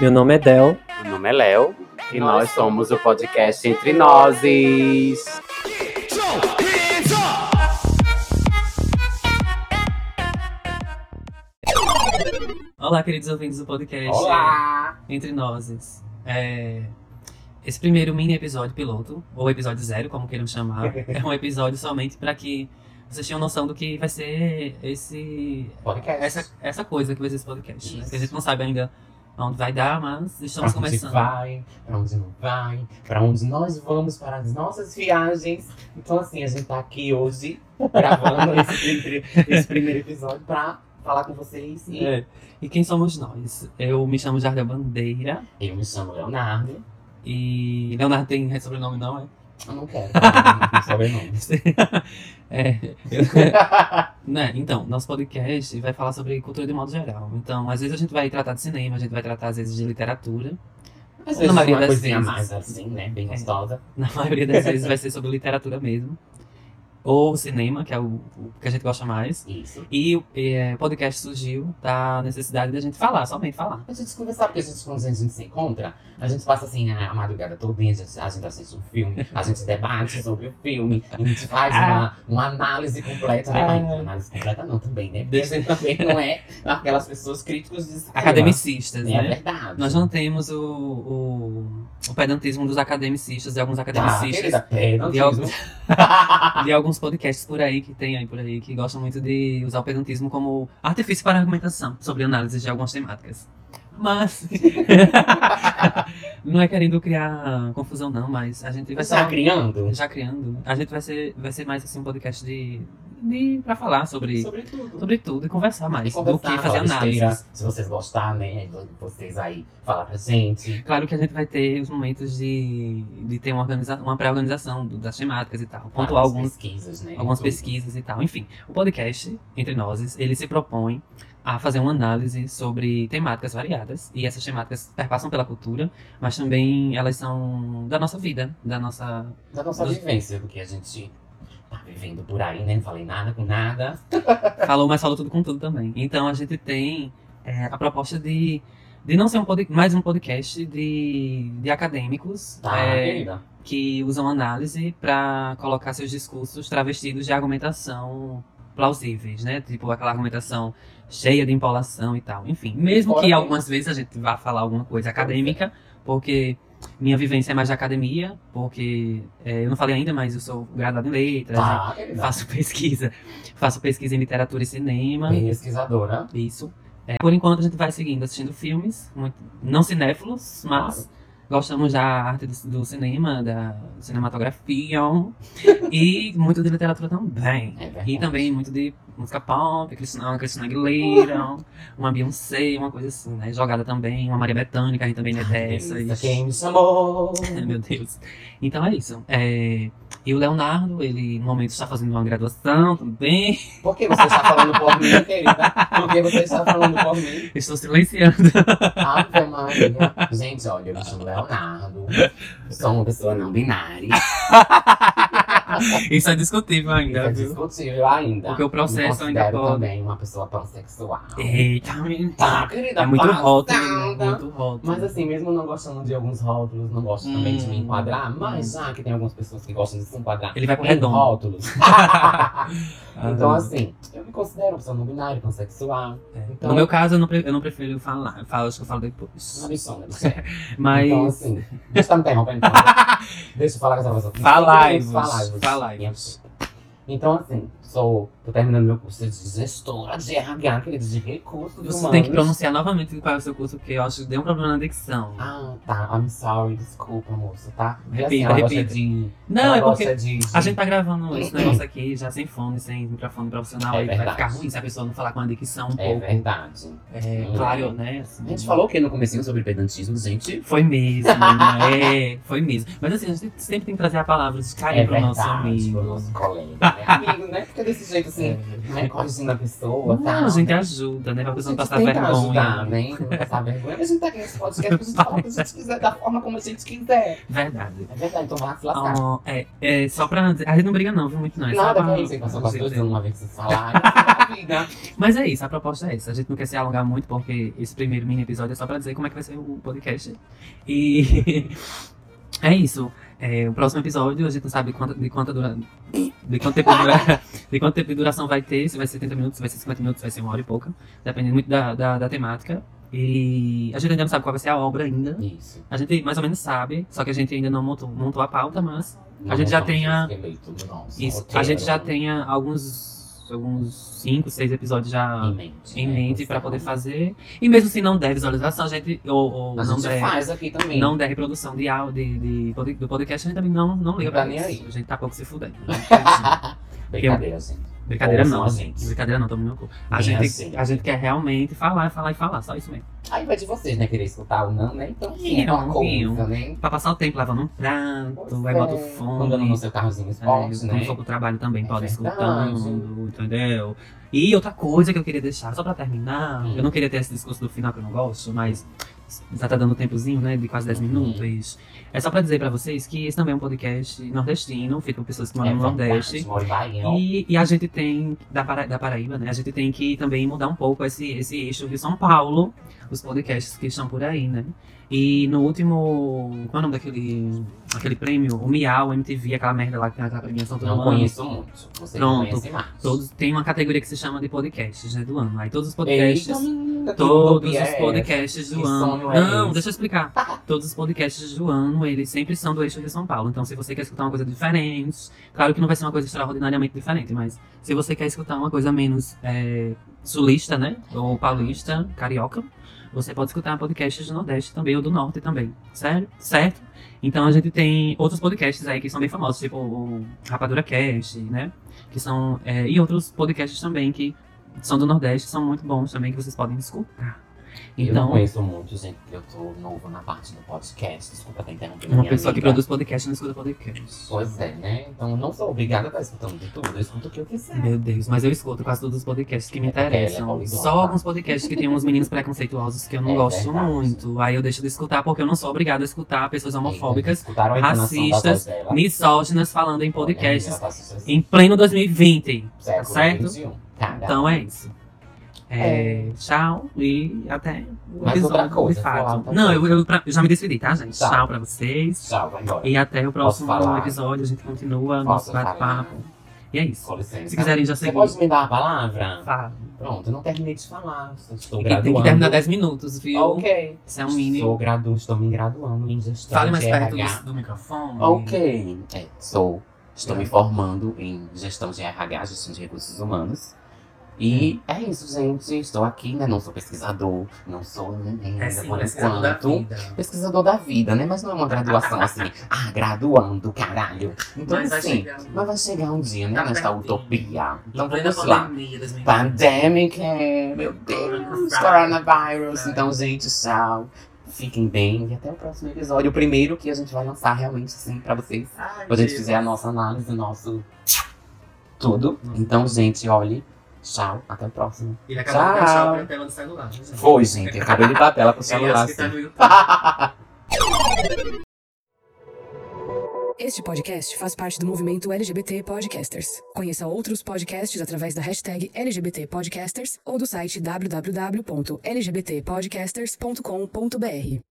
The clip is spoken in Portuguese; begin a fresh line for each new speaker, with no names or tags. Meu nome é Del.
Meu nome é Léo e nós somos o podcast Entre Nozes.
Olá, queridos ouvintes do podcast.
Olá!
Entre nós. É, Esse primeiro mini episódio piloto, ou episódio zero, como queiram chamar, é um episódio somente para que vocês tenham noção do que vai ser esse
Podcast.
essa, é essa coisa que vai ser esse podcast. Né? Que a gente não sabe ainda onde vai dar, mas estamos
pra onde
começando.
vai, pra onde não vai, pra onde nós vamos para as nossas viagens. Então, assim, a gente tá aqui hoje gravando esse, pri- esse primeiro episódio pra falar com vocês. E
É. E quem somos nós? Eu me chamo Jardel Bandeira
eu me chamo Leonardo.
e Leonardo tem sobrenome não, é?
Eu não quero falar meu sobrenome.
É, Né? Então, nosso podcast vai falar sobre cultura de modo geral. Então, às vezes a gente vai tratar de cinema, a gente vai tratar às vezes de literatura.
Mas
Na maioria
uma
das
coisinha
vezes.
mais assim, né? Bem
É.
gostosa.
Na maioria das vezes vai ser sobre literatura mesmo. Ou cinema, que é o, o que a gente gosta mais.
Isso.
E o eh, podcast surgiu da necessidade da gente falar, somente falar.
A gente conversar, porque a gente, quando a gente se encontra, a gente passa assim a, a madrugada toda, a gente, a gente assiste um filme, a gente debate sobre o filme, a gente faz uma, uma análise completa, né?
Ah.
Ai, não, análise completa não também, né? Porque a gente também não é aquelas pessoas críticas de cinema.
Academicistas,
É
né?
verdade.
Nós não temos o, o, o pedantismo dos academicistas, de alguns
ah,
academicistas.
querida, pedantismo. Ah.
de alguns podcasts por aí que tem aí por aí que gostam muito de usar o pedantismo como artifício para argumentação sobre análise de algumas temáticas. Mas não é querendo criar confusão não, mas a gente vai
Você tá
só
criando?
já criando. A gente vai ser vai ser mais assim um podcast de, de para falar sobre
Sobretudo.
sobre tudo e conversar mais
E conversar,
do que fazer
falar besteira,
análise.
Se vocês gostarem, né? Vocês aí falar pra gente.
É Claro que a gente vai ter os momentos de, de ter uma, organiza uma pré-organização do- das temáticas e tal. Pontuar
algumas
alguns
pesquisas, né?
algumas
Tudo.
pesquisas e tal. Enfim, o podcast Entre Nós, ele se propõe a fazer uma análise sobre temáticas variadas. E essas temáticas perpassam pela cultura, mas também elas são da nossa vida, da nossa...
da nossa
Dos-
vivência, do que a gente tá vivendo por aí, né? Não falei nada com nada.
Falou, mas falou tudo com tudo também. Então a gente tem é, a proposta de... De não ser um pod- mais um podcast de, de acadêmicos
Tá,
é,
querida?
que usam análise para colocar seus discursos travestidos de argumentação plausíveis, né? Tipo aquela argumentação cheia de empolação e tal. Enfim, mesmo
Fora
que
que-
algumas vezes a gente vá falar alguma coisa acadêmica, porque minha vivência é mais de academia, porque é, eu não falei ainda, mas eu sou graduado em letras, né?
Tá, querida.
faço pesquisa, faço pesquisa em literatura e cinema.
Pesquisadora.
Isso. É, por enquanto a gente vai seguindo assistindo filmes, muito- não cinéfilos, mas gostamos da arte do, do cinema, da cinematografia e muito de literatura também.
É verdade.
E também muito de música pop, Cristina, uma Cristina Aguilera, uma Beyoncé, uma coisa assim, né? Jogada também, uma Maria Bethânia, que a gente também é dessa.
Beleza, Quem me chamou?
Meu Deus. Então é isso. É, E o Leonardo, ele no momento está fazendo uma graduação também.
Por que você está falando por mim, querida? Por que você está falando por mim?
Estou silenciando.
Ave Maria. Gente, olha, eu me chamo Leonardo. Sou uma pessoa não binária.
Isso é discutível
Isso
ainda,
é
viu?
discutível ainda.
Porque o processo
Me
ainda
considero
pode-
também uma pessoa pansexual.
Eita,
Tá, querida,
é muito
passada.
rótulo, né? muito rótulo.
Mas assim, mesmo não gostando de alguns rótulos, não gosto também de me
Hum.
enquadrar, mas já que tem algumas pessoas que gostam de se enquadrar
Ele vai pro
em
redondo.
rótulos.
Ah,
então, assim, eu me considero uma pessoa não binária, pansexual.
é.
então-
No meu caso, eu não, pre- eu não prefiro falar. Eu falo, acho que eu falo depois.
Uma missão, né? bichona?
Mas.
Então, assim, deixa eu tá me interrompendo. deixa eu falar com essa pessoa.
Falai-vos,
Falai-vos.
falai-vos.
Então, assim, sou, tô terminando meu curso de gestora de RH, querido, de recursos humanos.
você tem que pronunciar novamente qual é o seu curso, porque eu acho que deu um problema na dicção.
Ah, tá. I'm sorry, desculpa, moço, tá? Porque,
Repita,
ela gosta
repita.
de-
não,
ela
é porque
gosta de- de-
a gente tá gravando esse negócio aqui já sem fone, sem microfone profissional.
É
aí vai
verdade.
ficar ruim se a pessoa não falar com a dicção um
É
pouco.
verdade.
É, claro, né? assim.
A gente falou o que no comecinho sobre pedantismo, gente?
Foi mesmo, né? É, foi mesmo. Mas assim, a gente sempre tem que trazer a palavra de carinho pro nosso amigo.
É pro nosso colega, né? Amigo, né? Fica desse jeito assim, né? Corrigindo a pessoa, tá?
Não, a gente ajuda, né? Pra pessoa não
A gente
passar
tenta
vergonha.
ajudar, né? Não passar vergonha. A gente tá aqui nesse podcast pra gente falar o que a gente quiser, da forma como a gente quiser.
Verdade.
É verdade, então vai se lascar.
Ah, é, é, só pra. dizer- A gente não briga, não, viu? Muito não. É só
Nada
pra.
pra você, passou com as duas
dizer-
uma vez que vocês falaram. vida.
Mas é isso, a proposta é essa. A gente não quer se alongar muito, porque esse primeiro mini episódio é só pra dizer como é que vai ser o podcast. E é isso. É, o próximo episódio, a gente não sabe quanta- de, quanta dura... de, quanto tempo dura... de quanto tempo de duração vai ter, se vai ser 70 minutos, se vai ser 50 minutos, se vai ser uma hora e pouca. Dependendo muito da, da, da temática. E a gente ainda não sabe qual vai ser a obra ainda.
Isso.
A gente mais ou menos sabe, só que a gente ainda não montou, montou a pauta, mas A gente já tem a- isso, a gente já tenha alguns, alguns 5, 6 episódios já
em mente.
em
né?
mente pra
Então,
poder fazer. E mesmo se não der visualização, a gente. Ou, ou
A
não,
gente
der,
faz aqui também.
não der reprodução de áudio de, de pod- do podcast, a gente também não, não liga
Tá
pra
nem
isso.
aí.
A gente tá pouco se fudendo.
Brincadeira, gente.
Brincadeira
Ouçam
não,
a
gente.
gente.
Brincadeira não, tome no cu. A
Nem
gente,
assim.
a gente quer realmente falar, falar e falar, só isso mesmo.
Aí vai de vocês, né? Querer escutar ou não, né? Então, sim, é
Não,
uma
não.
coisa, né?
Pra passar o tempo lavando um prato, vai
Pois é.
bota
Andando
fome.
no seu carrozinho
É,
esporte,
Quando
né?
for pro trabalho também,
É
pode ir
verdade.
escutando, entendeu? E outra coisa que eu queria deixar, só pra terminar,
Hum.
eu não queria ter esse discurso do final que eu não gosto, mas já tá dando um tempozinho, né, de quase 10
Uhum.
minutos. É só pra dizer pra vocês que esse também é um podcast nordestino, feito por pessoas que moram
É
no
verdade,
Nordeste.
moro em Bahia, né? ó.
E, e a gente tem, da, Para- da Paraíba, né? A gente tem que também mudar um pouco esse, esse eixo de São Paulo, os podcasts que estão por aí, né? E no último. Qual é o nome daquele. Aquele prêmio? O Miau, MTV, aquela merda lá que tem aquela premiação todo
Não
ano.
conheço muito. Vocês
Pronto.
não conhecem mais.
Todos, tem uma categoria que se chama de podcasts, né? Do ano. Aí todos os podcasts.
Eita, menina, que
Todos
bobeira é
os
essa?
podcasts do
Que
ano.
sono é
Não,
esse?
deixa eu explicar. Todos os podcasts do ano, eles sempre são do eixo de São Paulo. Então, se você quer escutar uma coisa diferente, claro que não vai ser uma coisa extraordinariamente diferente, mas se você quer escutar uma coisa menos é, sulista, né? Ou paulista, carioca, você pode escutar podcasts do Nordeste também, ou do Norte também. Sério? Certo? Então a gente tem outros podcasts aí que são bem famosos, tipo o Rapadura Cast, né? Que são. é, e outros podcasts também que são do Nordeste, são muito bons também, que vocês podem escutar.
Eu não
Então,
conheço muito, gente, porque eu tô novo na parte do podcast. Desculpa até interromper.
uma
minha
pessoa que
amiga.
produz podcast não escuta podcast.
Pois é, né? Então eu não sou obrigada a estar escutando de tudo, eu escuto o que eu quiser.
Meu Deus, mas eu escuto quase todos os podcasts que me
É porque ela é
interessam.
poliglota.
Só alguns podcasts que tem uns meninos preconceituosos que eu não
É
gosto
verdade. É
muito. Aí eu deixo de escutar porque eu não sou obrigada a escutar pessoas homofóbicas,
Escutaram a entonação da
racistas,
voz dela?
misóginas falando em
Olha,
podcasts
ela tá sucessiva.
em pleno 2020.
Século
certo?
21. Tá,
Então é isso. É, Tchau e até o
Mais outra
episódio
coisa,
de
falar
fato.
outra
Não, eu,
coisa.
eu pra- eu já me decidi, tá, gente?
Tá.
Tchau pra vocês.
Tchau, vai embora.
E até o próximo
falar?
episódio. A gente continua
Posso
nosso bate-papo.
falar?
E é isso.
Com licença.
Se quiserem já
Você
seguir.
pode me dar a palavra?
Fala.
Pronto, eu não terminei de falar. só Estou
E
Tá. graduando.
tem que terminar 10 minutos, viu?
Ok.
Isso é um mini.
Sou gradu... Estou me graduando em gestão
Fale mais
de
perto
RH.
do, do microfone.
Ok. É, sou. Estou me formando em gestão de RH, gestão de recursos humanos.
Hum.
E é isso, gente. Estou aqui, né? Não sou pesquisador, não sou né, ainda
É sim,
por
pesquisador da
enquanto.
vida.
Pesquisador da vida, né? Mas não é uma graduação assim, ah, graduando, caralho. Então,
Mas vai
assim,
chegar.
mas vai chegar um dia, né?
Tá
nesta
pertinho.
utopia. Então
Em plena
vamos lá.
pandemia, 2020.
Pandemic, é, meu Deus, coronavírus. Então, gente, tchau. Fiquem bem e até o próximo episódio. O primeiro que a gente vai lançar realmente, assim, pra vocês.
Ai,
Quando a gente
Deus.
fizer a nossa análise, nosso tudo. Então, gente, olhe. Tchau, até o próximo.
Ele acabou de
Tchau.
baixar a tela do celular. né, gente?
Foi, gente. Acabei de dar tela com o
Ele
celular.
acha que tá
Assim.
no YouTube.
Este podcast faz parte do movimento LGBT Podcasters. Conheça outros podcasts através da hashtag LGBT Podcasters ou do site www.lgbtpodcasters.com.br.